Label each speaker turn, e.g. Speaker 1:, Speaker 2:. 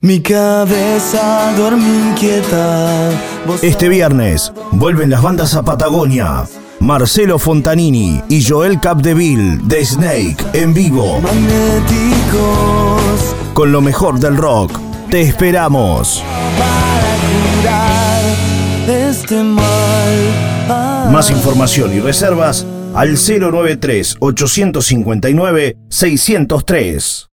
Speaker 1: Mi cabeza duerme inquieta.
Speaker 2: Este viernes vuelven las bandas a Patagonia. Marcelo Fontanini y Joel Capdeville de Snake en vivo.
Speaker 1: Magnéticos
Speaker 2: Con lo mejor del rock. Te esperamos.
Speaker 1: para curar este mal. Ah,
Speaker 2: Más información y reservas al 093 859 603.